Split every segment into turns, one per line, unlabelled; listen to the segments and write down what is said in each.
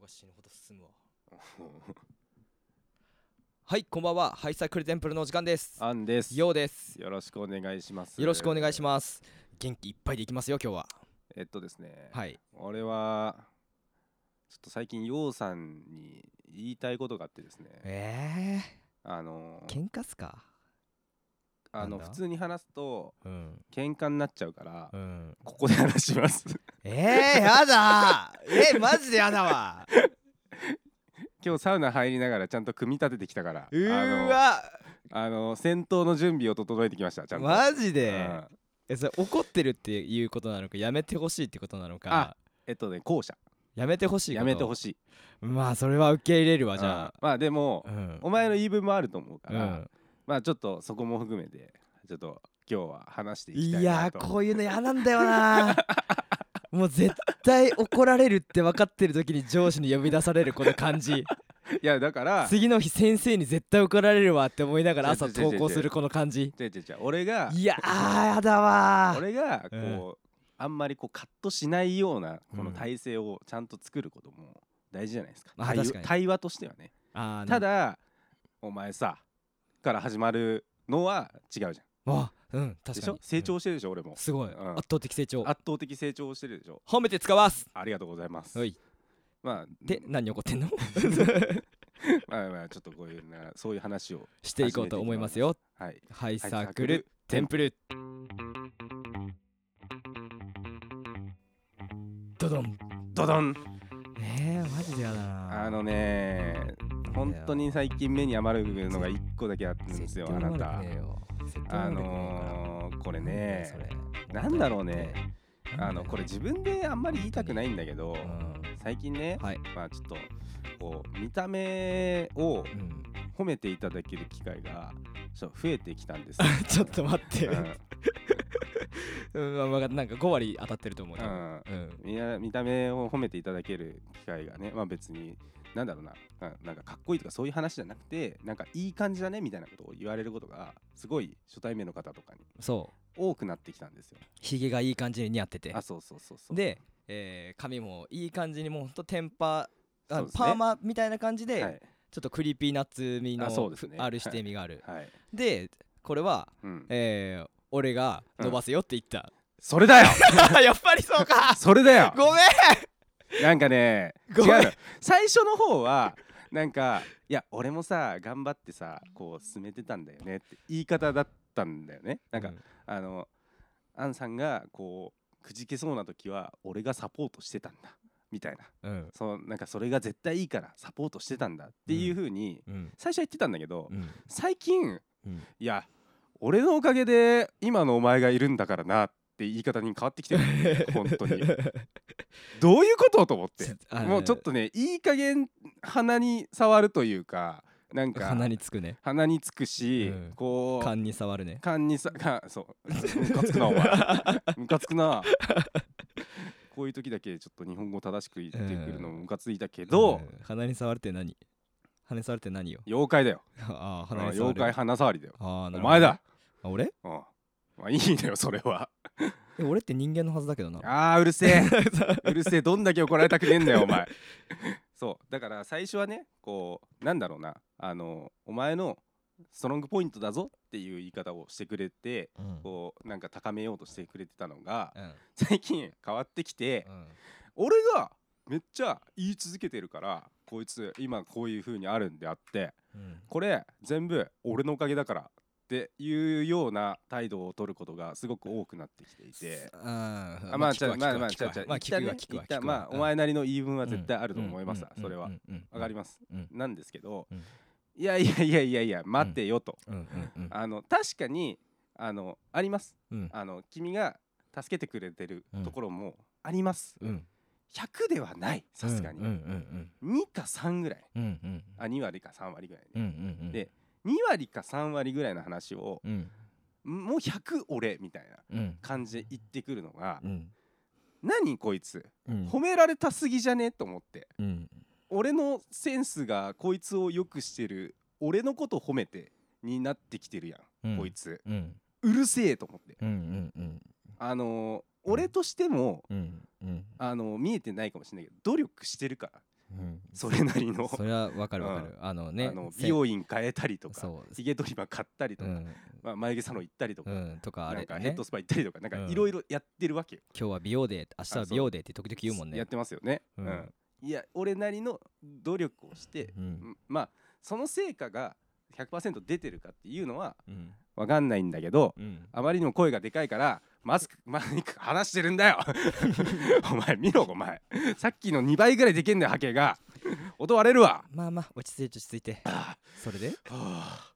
ば死ぬほど進むわ はいこんばんはハイサイクルテンプルのお時間です
アンです。
ようです
よろしくお願いします。
よろしくお願いし
ま
ます元気いっぱいでいきますよ今日は
す。えっとですね、
はい
俺はちょっと最近ようさんに言いたいことがあってですね、
え
あの
ー、喧嘩っすか
あ
なん
の
だ
普通に話すと
うん
喧嘩になっちゃうから、
うん
ここで話します。
えー、やだーえマジでやだわ
今日サウナ入りながらちゃんと組み立ててきたから、
うーわ
あのあの戦闘の準備を整えてきました。ちゃんと。
マジ
う
で、
ん
えそれ怒ってるっていうことなのかやめてほしいってことなのか
えっとね、後者
やめてほしいこ
や
と
めてほ
し
しい。
いまあそれは受け入れるわじゃ
うんまあでも
あ、うん
お前の言い分もあると思うか
う
ら、
ん
まあちょっとそこも含めてちょっと今日は話していき
い
たい
や
な
ー
と
こういうの嫌なんだよ なもう絶対怒られるって分かってる時に上司に呼び出されるこの感 じ
いやだから
次の日先生に絶対怒られるわって思いながら朝
違う違う違う
投稿するこの感じ
違う違う違う俺が
いやーやだわー
俺がこう、
うん
あんまりこうカットしないようなこ
う
の
ん
体制をちゃんと作ることも大事じゃないですか,
あ
対応、
確かに
対話としてはね
あー
ただお前さから始まるのは違うじゃ
あうん
んで
確
し
か
ょ
に
成
う
長
ん
してるでしょ、俺も
すごい、
うん
圧倒的成長
圧倒的成長してるでしょ
褒めて使わす
ありがとうございます
おい
まあ
で何怒って んの
まあまあちょっとこういうなそういう話を
していこうと思いますよ
はい
ハイサ
はい
ークルテンプルドドン
ドドン
えー、マジでやだな
あのね本当に最近目に余るのが1個だけあったん
絶対
ですよあ
悪
な
く
た
ねえよ絶対
あ
悪くねえよ
のー、これ
な
ね
それ
なんだろうね
なんだよ
あのこれ自分であんまり言いたくないんだけど
うん
最近ね
はい
まあちょっとこう見た目を
うん、
褒めていただける機会がちょっと増えてきたんです
ちょっと待って、
う
うん
ん
まあわかった、なんか5割当たってると思うよ、うん
みな見た目を褒めていただける機会がねまあ別になんだろうなななんかかっこいいとかそういう話じゃなくてなんかいい感じだねみたいなことを言われることがすごい初対面の方とかに
そう
多くなってきたんですよ。
ひげがいい感じに似合ってて
あそうそうそうそう。
で、えー髪もいい感じにもうほんとテンパあ
そ
の
うですね
パーマみたいな感じで、
はい
ちょっとクリーピーナッツ味の
あそうですね
ふあるしてみがある、
はい。
でこれは、
うん。
えー俺が伸ばせよって言っ た、
それだよ。
やっぱりそうか
それだよ。
ごめん
なんかね、違
ご
う
めん
の。最初の方はなんかいや俺もさ頑張ってさこう進めてたんだよねって言い方だったんだよね。なんか、あのアンさんがこうくじけそうな時は俺がサポートしてたんだみたいな
うん
そうなんかそれが絶対いいからサポートしてたんだっていう風に
うん
最初は言ってたんだけど、
うん
最近
うん
いや俺のおかげで今のお前がいるんだからなって言い方に変わってきてるんだよね本 当にどういうことと思ってもうちょっとねいい加減鼻に触るというかなんか
鼻につくね
鼻につくし、
うん
こう
勘に触るね
勘にさか そうムカつくなお前ムカつくなこういう時だけちょっと日本語正しく言ってくるのもムカついたけど、
ん鼻に触るって何鼻に触るって何よ
妖怪だよ
ああ
うん
鼻に触
妖
る
怪鼻触りだよ
ああなるほ
お
ど
前だ、
あ俺
うん、まあいいんだよそれは
え俺って人間のはずだけどな
あーうるせえうるせえどんだけ怒られたくねえんだよお前そうだから最初はねこうなんだろうなあのお前のストロングポイントだぞっていう言い方をしてくれて
うん
こうなんか高めようとしてくれてたのが
うん
最近変わってきて、
うん
俺がめっちゃ言い続けてるからこいつ今こういう風にあるんであって
うん
これ全部俺のおかげだからっていうような態度を取ることがすごく多くなってきていて。
あー
あまあ、
聞
ち
く
ょ
わ
まあ
聞く
ま
わ
あ、ちょ
聞く
ち
わ
ょ、
まあ
一旦
聞く
ね
わ聞くわ
一
聞
旦
く
まあ、
わ
お前なりの言い分は
うん
絶対あると思いますわ、それは
う。んうんうん
わかります。
うん
なんですけど
うん、
いやいやいやいやいや、待てよと。
うんうんうん
あの、確かに、あの、あります。
うん
あの、君が助けてくれてる
うん
ところもあります。
うん
100ではない、さすがに
うんう。ん
2か3ぐらい
うんうんうん
あ2割か3割ぐらい
うんう
ね、
んうん
で2割か3割ぐらいの話を
うん
もう100俺みたいな
うん
感じで言ってくるのが、
うん
何こいつ
うん
褒められたすぎじゃねと思って
うん
俺のセンスがこいつを良くしてる俺のこと褒めてになってきてるやん、
うん
こいつ
うん
うるせえと思って
うんうんうん
あのー俺としても、
うんうん
あのー見えてないかもしれないけど努力してるから
うん
それなりの
それはわかるわかる、あのね
あの
せ
美容院変えたりとか
そう
ひげ取り歯買ったりと
う
か、
ん、
まあ、眉毛サロン行ったりとか,、
うん、とかあ
なん
れ、
かヘッ
ね
ド、スパ行ったりとかなんかいろいろやってるわけよ、
今日は美容デー明日は
あそう
美容デーって時々言うもんね
やってますよね、
う
うんんいや俺なりの努力をして、
うん
まあその成果が100%出てるかっていうのは
うん
分かんないんだけど
うん
あまりにも声がでかいからマスク マイク話してるんだよ お前見ろお前さっきの2倍ぐらいでけんだよ波形が音割れるわ
まあまあ落ち着いて落ち着いてそれで、
はあ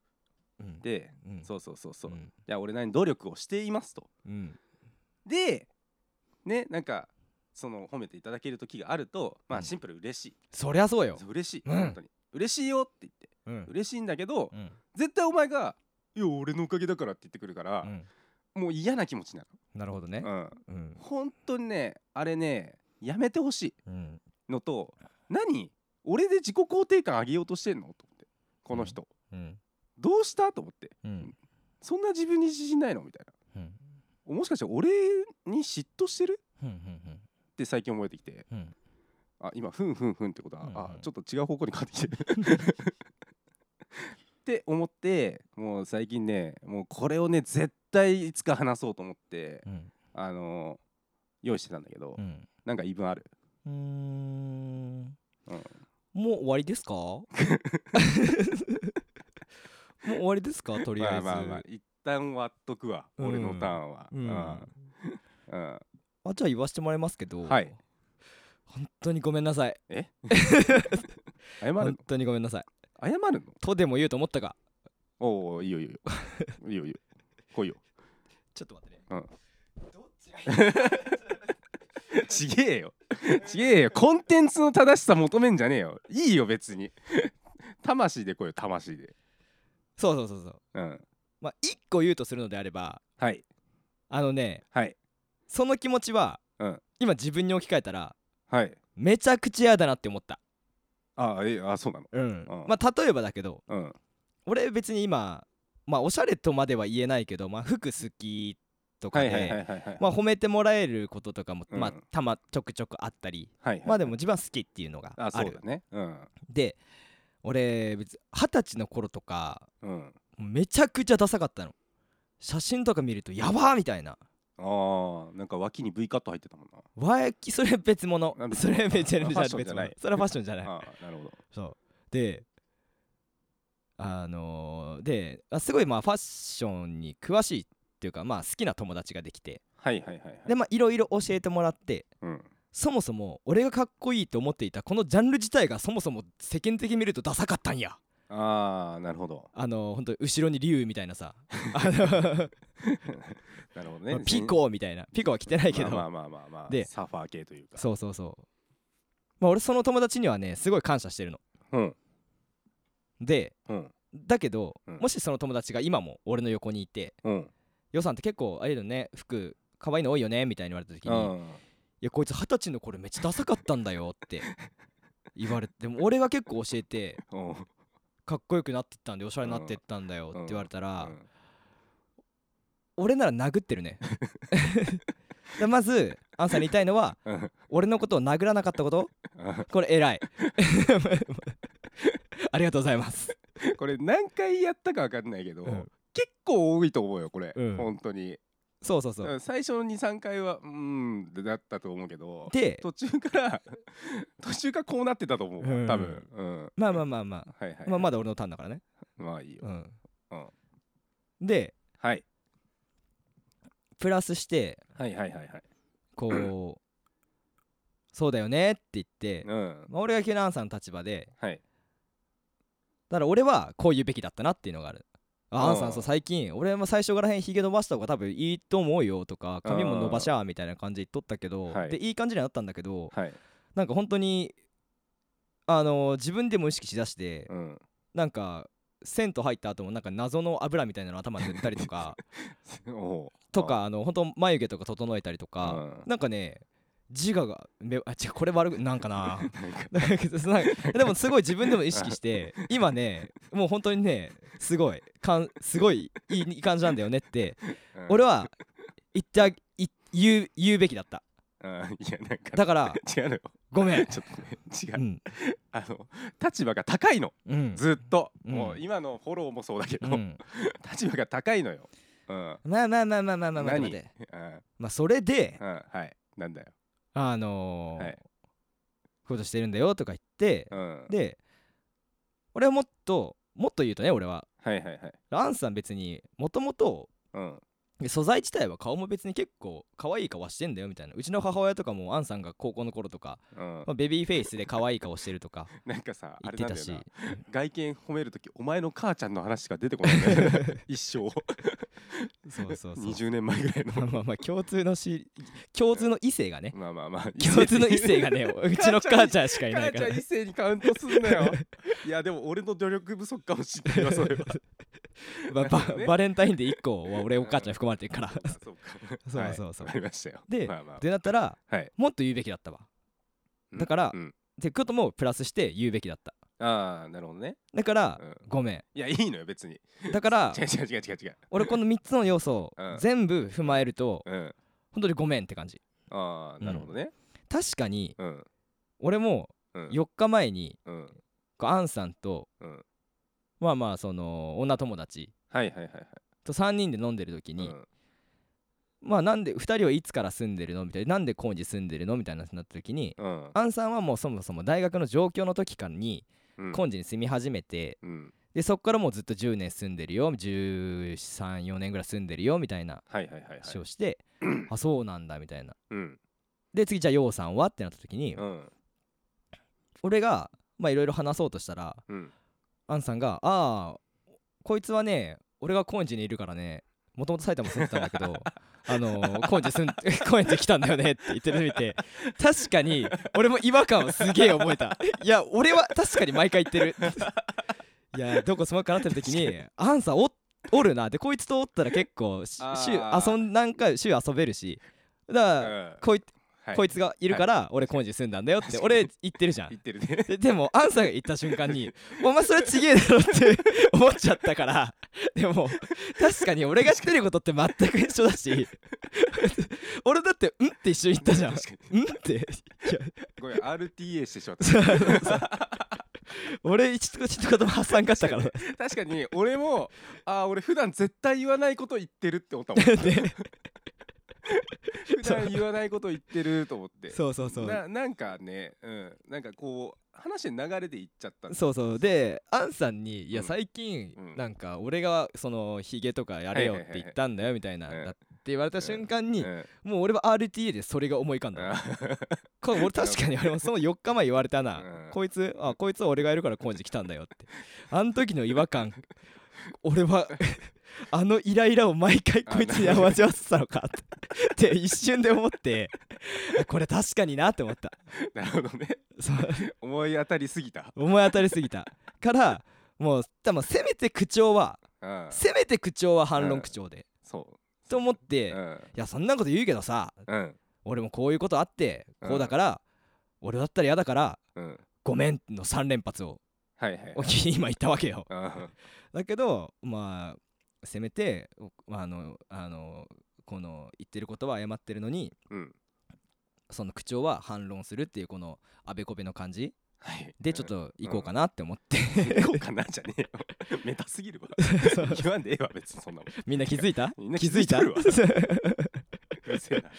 うん、
で、
うん
そうそうそうそう、
う
い
ん
や俺なりに努力をしていますと
うん
でねなんかその褒めていただける時があるとま
う
あ
ん
シンプル嬉しい、
そりゃそうよ、
嬉しい、
うん
本当に嬉しいよって言って
うん
嬉しいんだけど、
うん
絶対お前が「いや俺のおかげだから」って言ってくるか
う
ら、
ん、
もう嫌な気持ちにな
なるほどね
る、うん、
うん
本当にねあれねやめてほしい
うん
のと何俺で自己肯定感上げようとしてんのと思ってこの人、
うん
どうしたと思って
うん
そんな自分に自信ないのみたいな
うん
もしかして俺に嫉妬してる
うんうん
って最近思えてきて
うんうん
あ今ふんふんふんってことは、
うんうん
あちょっと違う方向に変わってきてる って思ってもう最近ねもうこれをね絶対いつか話そうと思って
うん
あの用意してたんだけど、
うん
なんか言い分ある、
うーん
うん
もう終わりですかもう終わりですかとりあ
ま
え
あ
ず、
まあまあ一旦割っとくわ、
うん
俺のターンは、
うん
うんうん
あじゃあ言わせてもらいますけど、
はい
本当にごめんなさい
謝るの
本当にごめんなさい
謝るの
とでも言うと思ったが
おおいいよ いいよいいよいいよ来いよ
ちょっと待ってね、
うん
どっちがいい
ちげえよちげえよコンテンツの正しさ求めんじゃねえよいいよ別 に魂で来いよ魂で
そうそうそうそう
うん
まあ一個言うとするのであれば
はい
あのね
はい
その気持ちは、
うん
今自分に置き換えたら
はい
めちゃくちゃ嫌だなって思った
ああえあそうなの
うん、
ん
まあ例えばだけど
うん
俺別に今まあおしゃれとまでは言えないけどまあ服好きとか
は
で、
いはいはいはいはい
まあ褒めてもらえることとかも、
うん
まあたまちょくちょくあったり
はいはい
まあでも自分は好きっていうのがあ
あ
る
そうだねうん
で俺別に二十歳の頃とか
うん
めちゃくちゃダサかったの写真とか見るとやばーみたいな
あーなんか脇に V カット入ってたもんな
わえそれ別物
あ別
そ
物
れ別物
あ
じゃ
ファッションじ
別
ゃな
物
い
それはファッションじゃない
あーなるほど
そうであのーであすごいまあファッションに詳しいっていうかまあ好きな友達ができて
はいはいはいはい
でまあいろいろ教えてもらって
うん
そもそも俺がかっこいいと思っていたこのジャンル自体がそもそも世間的に見るとダサかったんや
ああなるほど
あのー、ほんと後ろに竜みたいなさあの
なるほどね
ピコみたいなピコは着てないけど、
まあまあまあまあまあ
で
サーファー系というか
そうそうそうまあ俺その友達にはねすごい感謝してるの
うん
で
うん
だけど、
うん
もしその友達が今も俺の横にいて
うん
予算って結構あれだよね服可愛いの多いよねみたいに言われた時に「い
うん
やこいつ二十歳の頃めっちゃダサかったんだよ」って 言われてでも俺が結構教えて
うん
かっこよくなってったんでおしゃれになってったんだよって言われたら、
うん
俺なら殴って るねでまずアンさんに言いたいのは
うん
俺のことを殴らなかったことこれ偉い ありがとうございます
これ何回やったか分かんないけど、
うん
結構多いと思うよこれ、
うん
本当に
そうそうそう、
うん最初の23回はうーんだったと思うけど
で
途中から 途中からこうなってたと思う、
うん
多分、うん、
まあまあまあまあ、
はいはい、
まあ、
ま
まだ俺のターンだからね
あいいよ、
うん、
うん
で
はい、
プラスして
はいはいはいはい
こうそうだよねって言って、
うん
まあ、俺がキュナンさんの立場で
はい
だから俺はこう言うべきだったなっていうのがあるあ
あー
アンさんそう最近俺も最初からへんひげ伸ばした方が多分いいと思うよとか髪も伸ばしゃーみたいな感じで言っとったけど
はい
でいい感じにはなったんだけど
はい
なんか本当にあのー自分でも意識しだして
うん
なんか銭湯入った後もなんか謎の油みたいなの頭に塗ったりと か
おう
とかあの本当眉毛とか整えたりと
う
か
ん
なんかね自我がめあ違うこれ悪くなんかな
なんか
なんかそのなんかでもすごい自分でも意識して今ねもう本当にねすごいかんすごいいいいい感じなんだよねって
うん
俺は言ってあ言言う言うべきだった
うん、いやなんか
だから
違うのよ
ごめん
ちょっとね違
う
う、
ん
あの立場が高いの
うん
ずっと、
うん
もう今のフォローもそうだけど、
うん
立場が高いのよ、うん、
まあまあまあまあまあまあ待って
何、
待って
うん
まあそれで
うん、はいなんだよ
あのー
はい
ことしてるんだよとか言って
うん
で俺はもっともっと言うとね俺は
はいはいはい
ランさん別にもともと
うん
素材自体は顔も別に結構可愛い顔してんだよみたいなうちの母親とかもアンさんが高校の頃とか、
うん
まあ、ベビーフェイスで可愛い顔してると か
なんかさ
言
あ
っ
れ
て
な
た
んだよ
し
な外見褒めるときお前の母ちゃんの話しか出てこないんだよ ね一生
そうそうそう
20年前ぐらい
まあ
の
まあまあ共通の し共通の異性がね
まあまあまあ
共通の異性が ねうちの母ちゃんしかいな
母
いか
ち
ら
ゃ ん異性にカウントすんなよいやでも俺の努力不足かもしれないわそれ
ま
は
あ
なるほど
バ
ね
バレンタインで1個は俺お母ちゃん含まれてるからっ
そうか
そうそうそう
はいわかりましたよ
で
まあまあ
てなったら
はい
もっと言うべきだったわ
うん
だから
うん
ってこともプラスして言うべきだった
ああなるほどね
だから、
うん
ごめ
いやいいのよ別に
んだから
違う違う違う違う違う
俺この3つの要素を
うん
全部踏まえると、
うん
本当にごめんって感じ
ああなるほどね
確かに
うん
俺も
うん
4日前に
うん
こうアンさんと
うん
まあまあその女友達
はいはいはいはい
と3人で飲んでる時に、
うん
まあなんで2人はいつから住んでるのみたいななんで高知住んでるのみたいな話になった時に、
うん
アンさんはもうそもそも大学の上京の時からに
うん
高知に住み始めて、
うん
でそっからもうずっと10年住んでるよ134年ぐらい住んでるよみたいな
はいはいはいはい
話をして、あそうなんだみたいな
うん
で次じゃあようさんはってなった時に、
うん
俺がまあいろいろ話そうとしたら
うん
アンさんが「ああこいつはね俺が高円寺にいるからねもともと埼玉住んでたんだけ どあのー、高円寺住ん 高円寺来たんだよね」って言ってるの見て確かに俺も違和感をすげえ覚えたいや俺は確かに毎回言ってるいやどこ住もうかなってる時にアンさんおおるなでこいつとおったら結構し
あ
週
ー
遊んなんか週遊べるしだか
う
ら、
ん
こい
は
こいつがいるから俺高円寺住んだんだよって
確かに
俺言ってるじゃん
言ってるね
ででもアンさんが言った瞬間に「お前それちげえだろ」って思っちゃったからでも確かに俺が知ってることって全く一緒だし俺だって「うん?」って一緒に言ったじゃん「
確かに
うん?」っていや
ごめん RTA してしまった
そうそうそう俺一言一言も挟んかったから
確かに俺もああ俺普段絶対言わないこと言ってるって思った もん
で
普段言わないこと言ってると思って
そうそうそう
ななんかねうんなんかこう話の流れで言っちゃったんだ
そうそうでアンさんに「いや
うん
最近
うん
なんか俺がそのヒゲとかやれよ」って言ったんだよみたいな
はいはいはい
だって言われた瞬間に
うん
もう俺は RTA でそれが思い浮かんだ
あ
これ俺確かに俺もその4日前言われたな、
うん
こいつあこいつは俺がいるから工事来たんだよってあの時の違和感俺 はあのイライラを毎回こいつに合わせ合わせてたのかってって一瞬で思ってあこれ確かになって思った
なるほどね
そう
思い当たりすぎた、
思い当たりすぎたからもう多分せめて口調は
うん、
せめて口調は反論口調で、
そ
と思って、
う、う
い
ん
やそんなこと言うけどさ
うん
俺もこういうことあってこうだから、俺だったら嫌だから
うん、
ごめんの3連発を
はいはい、はい
今言ったわけよ
うん
だけどまあせめておまああのあのこの言ってることは謝ってるのに
うん、
その口調は反論するっていうこのあべこべの感じ
はい
でちょっと行こうかなって思って、
行 こうかなじゃねえよメタすぎる わ
そう
言わんでええわ別にそん なもん
みんな気づいた
みんな
気
気
づ
づ
い
い
た
てるわうるせえな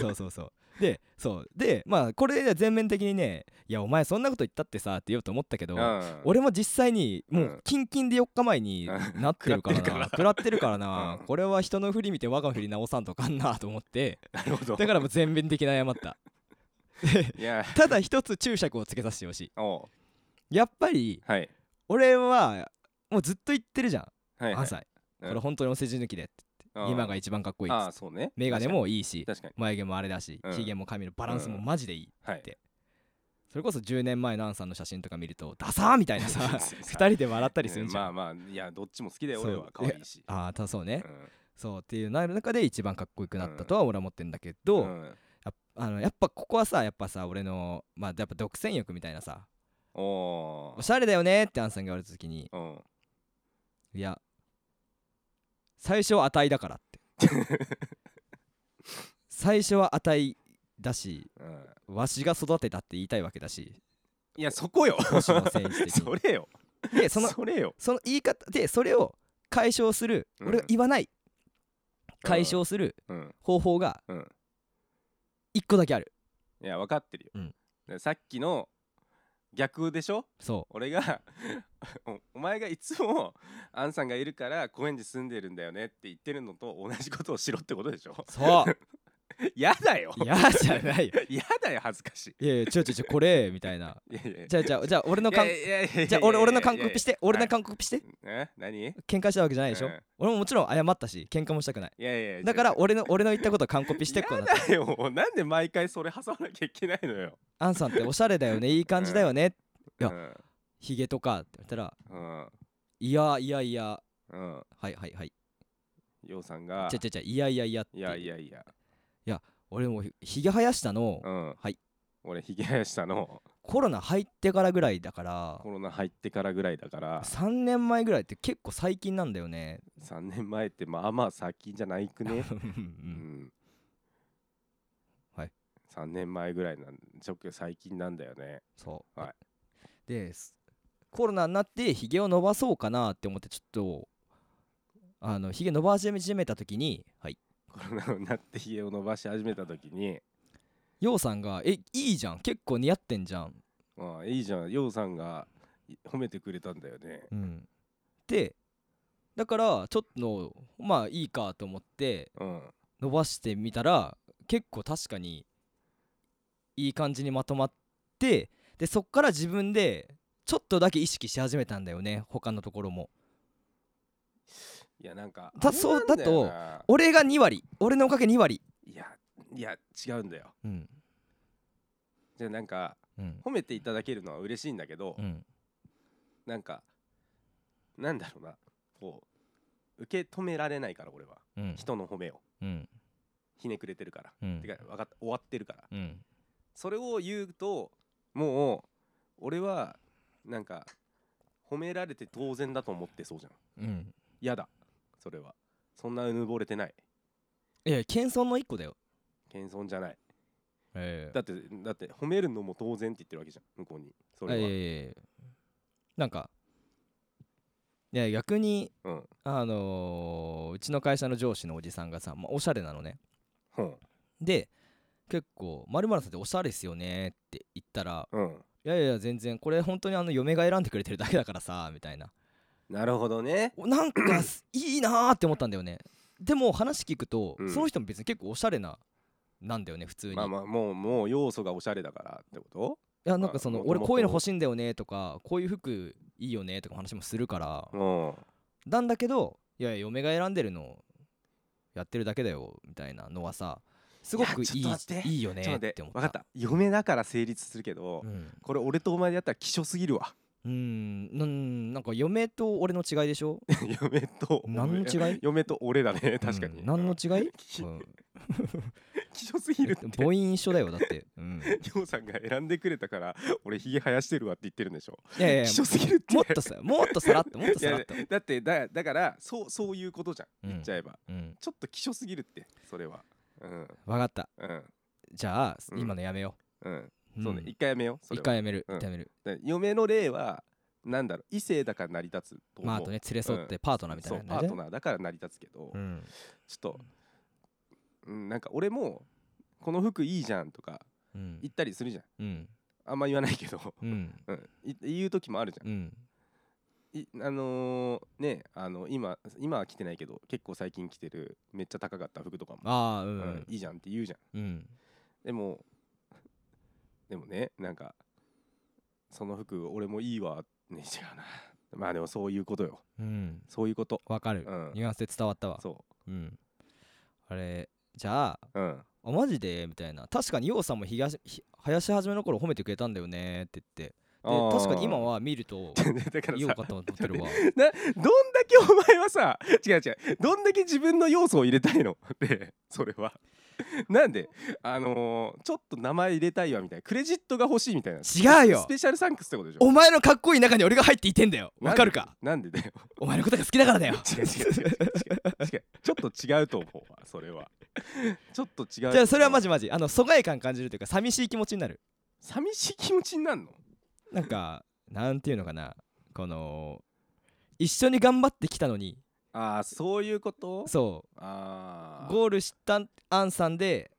そうそうそうでそうでまあこれで全面的にね「いやお前そんなこと言ったってさ」って言おうと思ったけど、
うん
俺も実際にも
う
うんキンキンで4日前 に
う
なってるからな食らってるからな
うん
これは人の振り見て我が振り直さんとかんなと思って
なるほ ど
だからもう全面的に謝った
いや
ただ一つ注釈をつけさせてほし
おう
いやっぱり
はい
俺はもうずっと言ってるじゃん
はい、は
関
い、
西
うん
これ本当にお世辞抜きでって
うん
今が一番かっこいいっ
あ
つ
あ
って
そうね
メガネもいいし
確かに
眉毛もあれだし
うん
ひげも髪のバランスもマジでいい
確かに
それこそ10年前のアンさんの写真とか見るとダサーみ たいなさ2人で笑ったりするじゃん
まあまあいやどっちも好きだよ
そう
俺は可愛いし
ああたそう
う
ね
ん
そうっていうなる中で一番かっこよくなったとは俺は思ってんだけど、
うん
やあのやっぱここはさやっぱさ俺のまあやっぱ独占欲みたいなさ
お
お
ー
しゃれだよねってアンさんが言われた時に
うん
いや 最初は値だからって最初は値だし
うん、
わしが育てたって言いたいわけだし
いやそこよ
星野選手的
そ
に
れよ
で
そ
その
れよ
その言い方でそれを解消する、
うん
俺が言わない解消する
うん
方法が
うん
一個だけある
いや分かってるよ、
うん
でさっきの逆でしょ
そ
俺が おお前がいつもアンさんがいるから高円寺住んでるんだよねって言ってるのと同じことをしろってことでしょ
うそう
やだよ
嫌じゃないよ
やだよ恥ずかし
いやいやちょちょちょこれみたいない
いやいやいや
じゃあじゃあじゃあ俺の
い
かん
やいやいやいや
じゃあ俺俺の韓国ピ
し
して俺の韓国ピして
え何
喧嘩したわけじゃないでしょ、
うん
俺ももちろん謝ったし喧嘩もしたくない
いやいやいや
だから俺の俺の言ったことを完コピしてっこうなって
だよなんで毎回それ挟まなきゃいけないのよ
アンさんっておしゃれだよねいい感じだよねいや
うん
ヒゲとかって言ったら
うん
いやいやいや
うん
はいはいはい
ようさんが
ちゃちゃちゃいやいやいやって
いやいやいや
俺もうヒゲ生やしたの、
うん
はい
俺ひげ生やしたの
コロナ入ってからぐらいだから
コロナ入ってからぐらいだから
3年前ぐらいって結構最近なんだよね、
3年前ってまあまあ先じゃないくね
う
うんん
はい
3年前ぐらいなんちょっと最近なんだよね
そう、
はい
ですコロナになってヒゲを伸ばそうかなって思ってちょっとあのヒゲ伸ばし始めた時にはい
コロナになってひげを伸ばし始めた時に
ようさんが「えいいじゃん結構似合ってんじゃん」
ああいいじゃんようさんがい褒めてくれたんだよね
うん、でだからちょっとまあいいかと思って
うん
伸ばしてみたら結構確かにいい感じにまとまってでそっから自分でちょっとだけ意識し始めたんだよね他のところも
いやなんか
だ
あれなんよ
そ
な
う俺が2割俺のおかげ2割
いやいや違うんだよ
うん
じゃあなんか
うん
褒めていただけるのは嬉しいんだけど、
うん
なんかなんだろうなこう受け止められないから俺は
うん
人の褒めを
うん
ひねくれてるから、
うん
てか分かった終わってるから
うん
それを言うともう俺はなんか褒められて当然だと思ってそうじゃん
うん
嫌だそれはそんなうぬぼれてない
いや謙遜の1個だよ
謙遜じゃない
え
だってだって褒めるのも当然って言ってるわけじゃん向こうにそれは、
えなんかいや逆に
うん
あのーうちの会社の上司のおじさんがさ、まあ、おしゃれなのね
うん
で結構「まるさんっておしゃれですよね」って言ったら
うん
「いやいやいや全然これ本当にあの嫁が選んでくれてるだけだからさ」みたいな
なるほどね
おなんかすいいなーって思ったんだよねでも話聞くと、
うん
その人も別に結構おしゃれななんだよね普通に、
まあまあもうもう要素がおしゃれだからってこと
いやなんかその
まあ
俺
元々
こういうの欲しいんだよねとかこういう服いいよねとか話もするから、
うん
なんだけどいやいや嫁が選んでるのやってるだけだよみたいなのはさすごくいい
いやちょっと待って
いいよ
ちょっ
ねっ
と待って
て思
分
った
かった嫁だから成立するけど、
うん
これ俺とお前でやったら希少すぎるわ
うんなんなんか嫁と俺の違いで しょ
嫁とお前
何の違い
嫁と俺だね 確かに、
うん何の違い、
き
うん
希少すぎるって
母音一緒だよだって、うん、
きょうさんが選んでくれたから俺ひげ生やしてるわって言ってるんでしょ
いやい や
希少すぎるって
もっとさもっとさらっともっと
い
さら
や
っと、
だってだだからそうそういうことじゃ
う
ん
ん
言っちゃえば、
うん、
ちょっと希少すぎるってそれはうん
分かった
うん
じゃあ、
うん
今のやめよ
うん、
う、
そうね
ん
一回やめようそ
一
れは
回やめる、
うん
一回やめる
だから嫁の例はなんだろう異性だから成り立つと思う、
まああとね連れ添ってパートナーみたい
そ
な
う
感じ
パ
で
ートナーだから成り立つけど、
うん
ちょっと、うん、なんか俺もこの服いいじゃんとか
うん
言ったりするじゃん
うん
あんま言わないけど、
うん
うん、い言う時もあるじゃん
うん
いあのーねあの今今は着てないけど結構最近着てるめっちゃ高かった服とかも、
ああう
うん
ん
いいじゃんって言うじゃん
うん
でも でもねなんかその服俺もいいわね違うな まあでもそういうことよ
うん
そういうこと
わかる、
うん
ニュアンスで伝わったわ
そ
うんあれじゃあ
ううん
あマジでみたいな確かにようさんも東ひ生やし始めの頃褒めてくれたんだよねって言って
あー
確かに今は見る と
だから
よ
さ
かったなと思って るわ
どんだけお前はさ違う違うどんだけ自分の要素を入れたいのでそれはなんであのーちょっと名前入れたいわみたいなクレジットが欲しいみたいな
違うよ
スペシャルサンクスってことでしょ
お前のかっこいい中に俺が入っていてんだよわかるか
なんでなんでだよ
お前のことが好きだからだよ
違う違う違う違う違う違うちょっと違うと思うわそれはちょっと違う
じゃあそれはマ
ジ
ジマジあの疎外感感じるというか寂しい気持ちになる
寂しい気持ちになるの
なんかなんていうのかなこの一緒に頑張ってきたのに
ああそういうこと
そ
あ
う
あ
ゴールしたアンさんで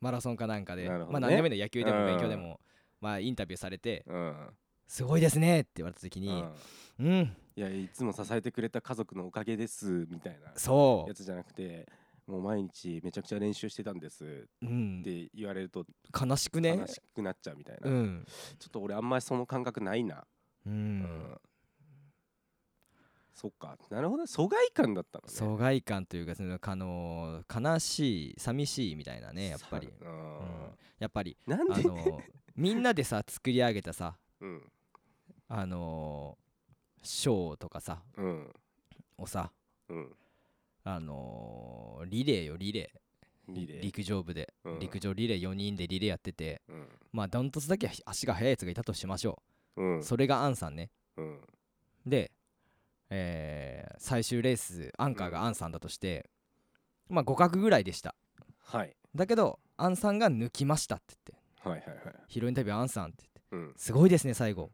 マラソンかなんかで、
なるほ
まあ
どね
何でもいいんだよ野球で
う
も
ん
勉強でも、まあインタビューされて
うん
「すごいですね」って言われた時
う
に
ん
「うん、
いやいつも支えてくれた家族のおかげですみたいな
そ
やつじゃなくてもう毎日めちゃくちゃ練習してたんですっ
う、うん、
て言われると
悲しくね
悲しくなっちゃうみたいな、
うん、
ちょっと俺あんまりその感覚ないな、
う
うん
ん、
そっかなるほどね疎外感だったのね
疎外感というかそのあの悲しい寂しいみたいなねやっぱり
さ、うん
うんやっぱり
な
あ
んで、
の みんなでさ作り上げたさ
うん
あのショーとかさ
うん
をさ
うん
あのリレーよリレー
リレー
陸上部で、
うん
陸上リレー4人でリレーやってて
うん
まあダントツだけ足が速いやつがいたとしましょ
うん
う、それがアンさんね
うん
で、えー最終レースアンカーがアンさんだとして、まあ互角ぐらいでした
はい
だけどアンさんが抜きましたって言って
はいはいはい、
ヒロインタビューアンさんって言って
うん、
すごいですね最後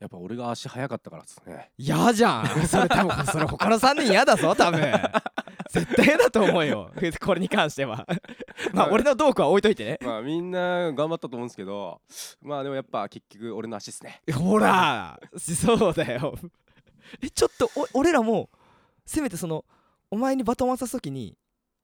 やっぱ俺が足早かったからですね
嫌じゃんそれ多分それ他の3人嫌だぞ多分絶対嫌だと思うよ これに関してはまあ俺のどうこうは置いといてね
まあみんな頑張ったと思うんですけどまあでもやっぱ結局俺の足ですね
ほらそうだよえちょっとお俺らもせめてそのお前にバトン渡す時に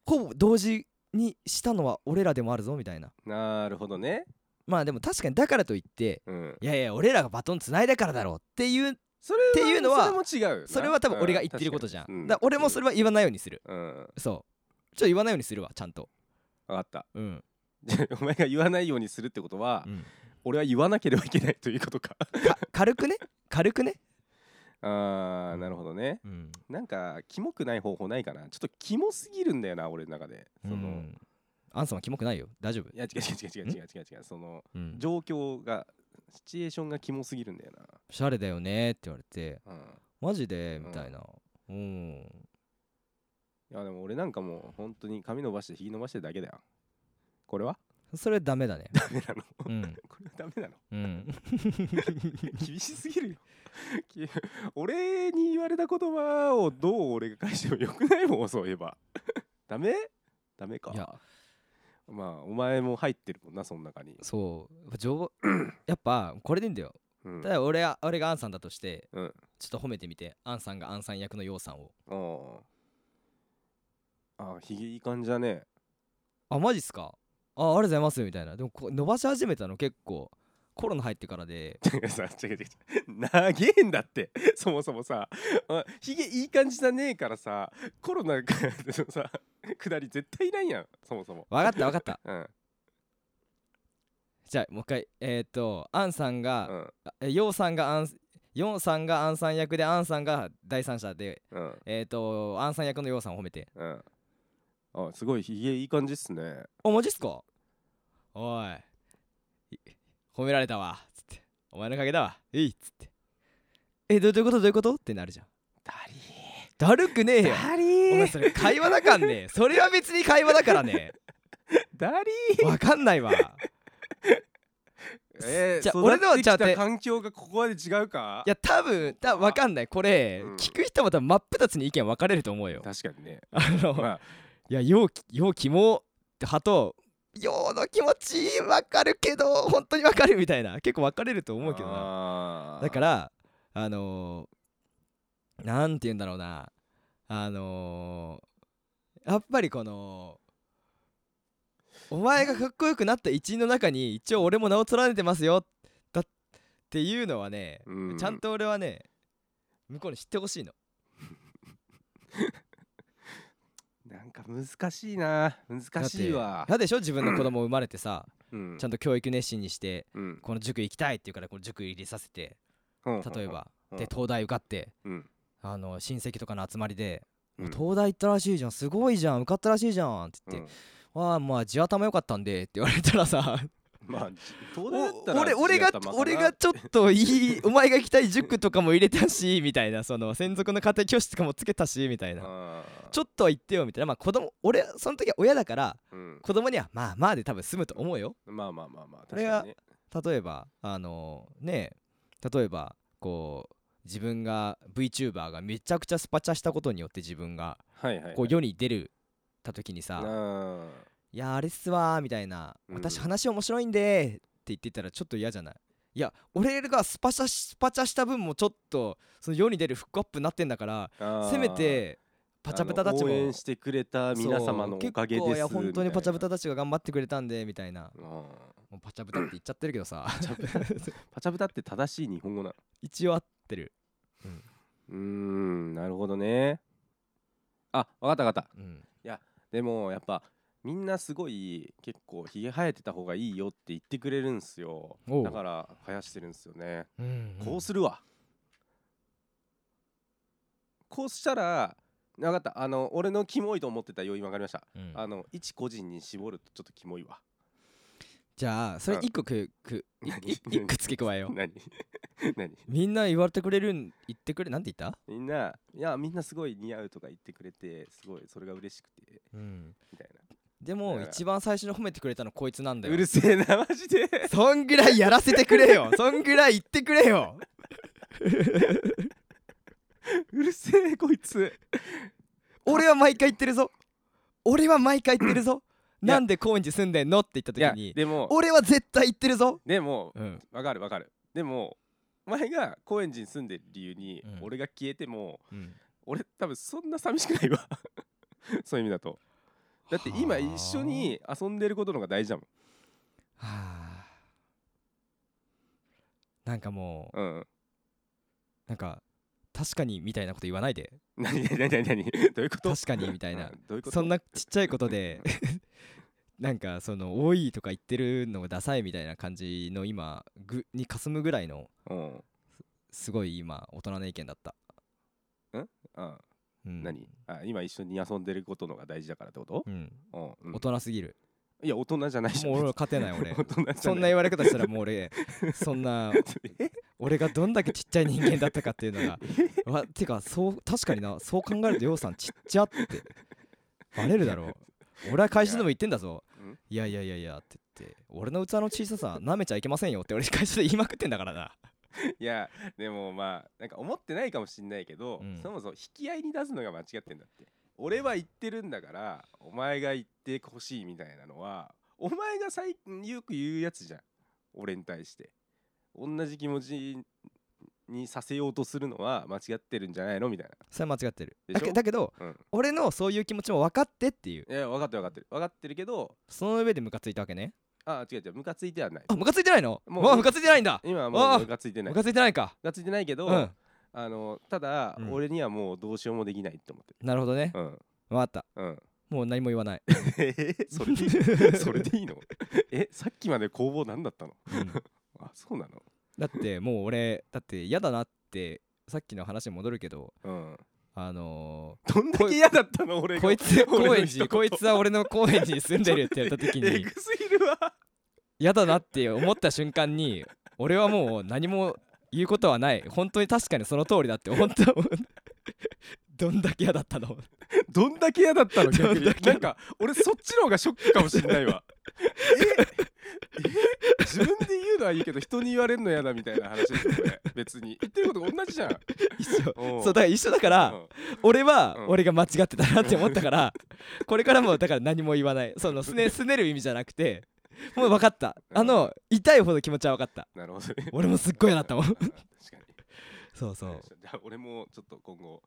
ほぼ同時にしたのは俺らでもあるぞみたいな
なるほどね
まあでも確かにだからといって
うん
いやいや俺らがバトンつないだからだろうっていう
それ
っていうのは
それも違うよな
それは多分俺が言ってることじゃん、
う
だから俺もそ
れ
れは言わないようにする
うん分
そうちょっと言わないようにするわちゃんと
かった
うん、
じゃあお前が言わないようにするってことは、
うん
俺は言わなければいけないということか
か軽くね軽くね、
あーなるほどね
うん
なんかキモくない方法ないかなちょっとキモすぎるんだよな俺の中でその、
うんアンさんはキモくないよ大丈夫
いや違う違う違う違う違う違う違うその
うん
状況がシチュエーションがキモすぎるんだよ
「シャレだよね」って言われて
な、うん、
「マジで?」みたいなうん
いやでも俺なんかもう本当に髪伸ばしてひげ伸ばしてるだけだよこれは
それダメ だね
ダメなの
うん
これはダメなの
うん
厳しすぎるよき俺に言われた言葉をどう俺が返してもよくないもんそういえば ダメダメか
いや
まあお前も入ってるもんなその中に、
そう上 やっぱこれでいいんだよ
うん
ただ俺は俺がアンさんだとして、
うん
ちょっと褒めてみてアンさんがアンさん役のようさんを
おうあひげいい感じだね
あマジっすかあありがとうございますみたいなでもこう伸ばし始めたの結構コロナ入ってからで
さ違う違う違う長えんだって そもそもさあひげいい感じだねえからさコロナ からのさ下り絶対いらんやんそもそも
分かった分か った
うん
じゃあもう一回えっ、とアンさん
う
が
ん
えようさんがアンようさんがアンさん役でアンさんが第三者で
うん
えっ、とアンさん役のようさんを褒めて
うんあすごいひげいい感じっすね
あマジっすかおいい褒められたわつってお前のおかげだわえいっつってえどどういうことどういうことってなるじゃん
ダリ
だるくねえよ
ダリ
お前
ー
それ会話だかん ねそれは別に会話だからね
ダリ
わかんない わ
ーえー、
じゃあ
育
俺のは
ってき
じゃあ
た
て
環境がここまで違うか
いや多分たわかんないこれ、
うん
聞く人も多分真っ二つに意見分かれると思うよ
確かにね
あの、
まあ
いやようきようキモって派とようの気持ち分かるけど本当に分かるみたいな結構分かれると思うけどな
な
だかららあのー、なんて言うんだろうなあのー、やっぱりこのお前がかっこよくなった一員の中に一応俺も名を連ねてますよだっていうのはね、
うん
ちゃんと俺はね向こうに知ってほしいの
なんか難しいな難しいわ
だって嫌でしょ自分の子供生まれてさ、
ううん
ちゃんと教育熱心にして
うん
この塾行きたいって言うからこの塾入れさせて
うん
例えば
うん
で東大受かって
うん
あの親戚とかの集まりで「
うん
東大行ったらしいじゃんすごいじゃん受かったらしいじゃん」って言って「わあまあ地頭良かったんで」って言われたら さ
うんまあじ東大だった
お
ら
俺俺が
地頭かな
俺がちょっといいお前が行きたい塾とかも入れたしみたいなその専属の家庭教師とかもつけたしみたいな
うん
ちょっとは言ってよみたいなまあ子供俺その時は親だから
うん
子供にはまあまあで多分済むと思うよ
まあまあまあまあ
これが例えばあのねえ例えばこう自分が VTuber がめちゃくちゃスパチャしたことによって自分が
確かにねはいはいはい
こう世に出るた時に
う
さ
ん
「いやあれっすわ」みたいな「
うん
私話面白いんで」って言ってたらちょっと嫌じゃないいや俺がスパチャスパチャした分もちょっとその世に出るフックアップになってんだから
あー
せめてパチャプタたち
あの
も
応援してくれた皆様の
そう
おかげです
結構いや本当にパチャプタ
だ
たちが頑張ってくれたんでみたいな
パ
もうパチャプタって言っちゃってるけどさ
チャプタパチャプタって正しい日本語なの
一応合ってる
うーんなるほどねあわかったわかった
うん
でもやっぱみんなすごい結構ひげ生えてた方がいいよって言ってくれるんすよ
おう
だから生やしてるんすよね
うん
こうするわこうしたらわかったあの俺のキモいと思ってた要因わかりました
うん
あの一個人に絞るとちょっとキモいわ
じゃあそれ
うん
一個くく いい一個付け加えよう
何 何
みんな言われてくれるん言ってくれなんて言った
みんないやみんなすごい似合うとか言ってくれてすごいそれが嬉しくて
うん
みたいな
で
だ
も
から
一番最初に褒めてくれたのこいつなんだよ
うるせえなマジで
そんぐらいやらせてくれ よそんぐらい言ってくれよ
うるせえこいつ
俺は毎回言ってるぞ俺は毎回言ってるぞ
いや
なんで高円寺住んでんのって言
い
った
や
時に
でも
俺は絶対言ってるぞ
でも
うん
わかるわかるでもお前が高円寺に住んでる理由に
うん
俺が消えても
うん
俺多分そんな寂しくないわ そういう意味だとだって
は
今
あ
一緒に遊んでることの方が大事だもん
はあなんかもう
うん
なんか確かにみたいなこと言わないで
何何何何どういうこと
確かにみたいな
うんどういうこと
そんなちっちゃいことで なんかその多いとか言ってるのがダサいみたいな感じの今ぐにかすむぐらいの
うん
すごい今大人の意見だった、
うん
うん、
何あ今一緒に遊んでることのが大事だからってこと
うん
うんうん
大人すぎ る
いや大人じゃないし
もう俺は勝てない俺
大人じゃない
そんな言われ方したらもう俺そんな
え
俺がどんだけちっちゃい人間だったかっていう のがわてかそう確かになそう考えるとようさんちっちゃってバレるだろう俺は会社でも言ってんだぞ
うん
いやいやいやいやって言って俺の器の小ささ舐めちゃいけませんよって俺会社で言いまくってんだからない
やでもまあなんか思ってないかもしんないけど、
うん
そもそも引き合いに出すのが間違ってんだって俺は言ってるんだからお前が言ってほしいみたいなのはお前が最よく言うやつじゃん俺に対して同じ気持ちにさせようとするのは間違ってるんじゃないのみたい
それは間違ってる
でし
だ
ょ
けだけど
なうん
俺のそういう気持ちも分かってっていう
いや分かってる分かってる分かってるけど
その上でムカついたわけね
あ違う違うムカついてはない
あムカついてないの
も
も
う
うムカついてないんだ
今は
あ
も
あ
うムカついてない
ム
ム
カついてないか
カついてないけど、
うん
あのただ、
うん
俺にはもうどうしようもできないって思って
なるほどね
るうん
分かった
うん、
もう何も言わ ない、
えーそれでいい のそれでいいのえさっきまで工房何だったの
うん
あそうなの
だってもう俺だって嫌だなってさっきの話に戻るけど
うん
あの
どんだけ嫌だったの俺
ー、
が
こいつ
俺の
高円
一言
寺こいつは俺の高円寺に住んでるって言った時
え
に
ぐすぎるわ
嫌だなって思った瞬間に俺はもう何も言うことはない本当に確かにその通りだって本当どんだけ嫌だったの
どんだけ嫌だったの逆
ど
に
んだけ嫌だ
なんか俺そっちの方がショックかもしんないわええ自分で言うのはいいけど人に言われるの嫌だみたいな話ですよこれ別に言ってること同じじ ゃん
一緒
おう
そうだから一緒だから、
うん
俺は
うん
俺が間違ってたなって思ったからこれからもだから何も言わないそのすねすねる意味じゃなくてもう分かったあの痛いほど気持ちは分かった
なるほどね
俺もすっごい嫌だったもん
確かに
そうそう
じゃあ俺もちょっと今後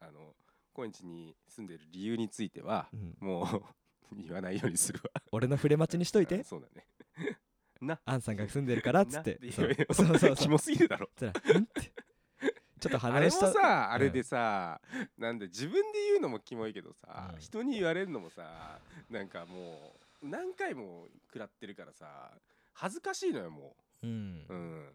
あの高円寺に住んでる理由については
うん
もう 言わないようにするわ
俺の触れ待ちにしといて
あ そうだねな
アンさんが住んでるからっつって
な
そう
いやいや
そうそうそ
キ
う
モすぎるだろ
つらうんってちょっと
あ
離
れ
れ
も
した
さあれ
うん
でさ、なんで自分で言うのもキモいけどさ、
うん
人に言われるのもさなんかもう何回も食らってるからさ恥ずかしいのよも
うん
う、う、ん、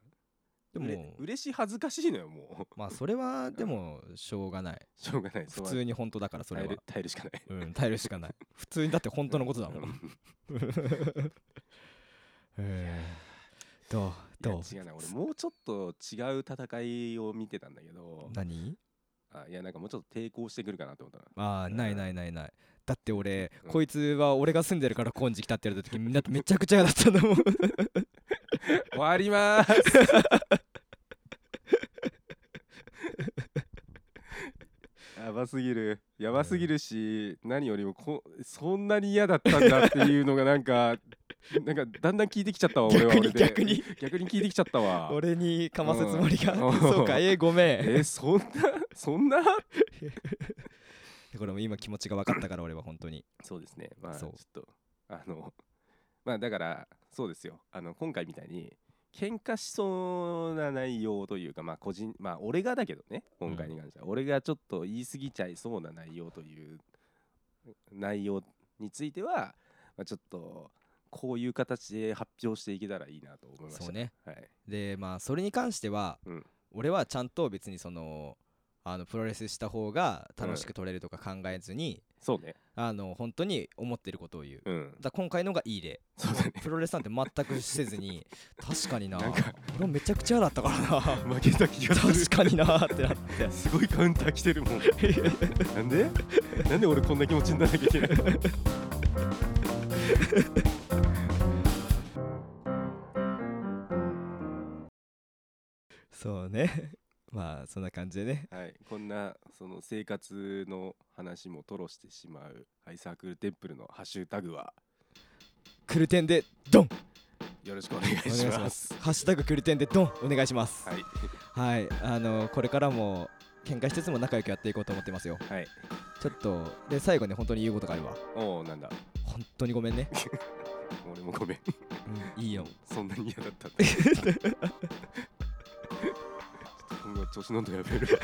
で
う
も
れ嬉しい恥ずかしいのよもう
まあそれはでもしょうがない
しょうがない
普
そう
通に本当だからそれ
耐え
は
る耐えるしかない
うん耐えるしかない普通にだって本当のことだもん
うん
えーどうどう
いや違うな俺もうちょっと違う戦いを見てたんだけど
何
あいやなんかもうちょっと抵抗してくるかな と思ったな
あーないないないないだって俺、
うん
こいつは俺が住んでるからコンジ来たってやるときみんなめちゃくちゃ嫌だった のもん
終わり まーすやばすぎるやばすぎるし、何よりもこそんなに嫌だったんだっていうのがなんかなんかだんだん聞いてきちゃったわ俺は俺で
逆に
逆に聞いてきちゃった わ
俺にかますつもりが、
うん
そうかえー、ごめん
えそんなそんな
これも今気持ちが分かったから俺は本当に
そうですねまあち
そ
ょっ
う
とあの まあだからそうですよあの今回みたいに喧嘩しそうな内容というかまあ個人まあ俺がだけどね今回に関しては、俺がちょっと言い過ぎちゃいそうな内容という内容については、まあ、ちょっとこういう形で発表していけたらいいなと思いました
そうね
はい
でまあそれに関しては、
うん
俺はちゃんと別にそのあのプロレスした方が楽しく取れるとか考えずに、
そうね
あの本当に思ってることを言う
うん
だから今回のがいい例
そう だね
プロレスなんて全くせず に確かにな
なんか
俺もめちゃくちゃ嫌だったからな
負けた気がする
確かになってなって
すごいカウンター来てるも んなんでなんで俺こんな気持ちにならなきゃいけないの
そうねまあそんな感じでね
はい、こんなその生活の話も吐露してしまうハイサークルテンプルのハッシュタグは
クルテンでドン
よろしくお願いし
お
ま
願い
す
しますハッシュタグクルテンでドンお願いします
はい、
はい、あのこれからも喧嘩しつつも仲良くやっていこうと思ってますよ
はい、
ちょっとで最後に本当に言うことがあるわ
おおなんだ
本当にごめんね、
俺もごめん
うん、いいよ
そんなに嫌だったんだちょっ と今後調子乗んとやめるわ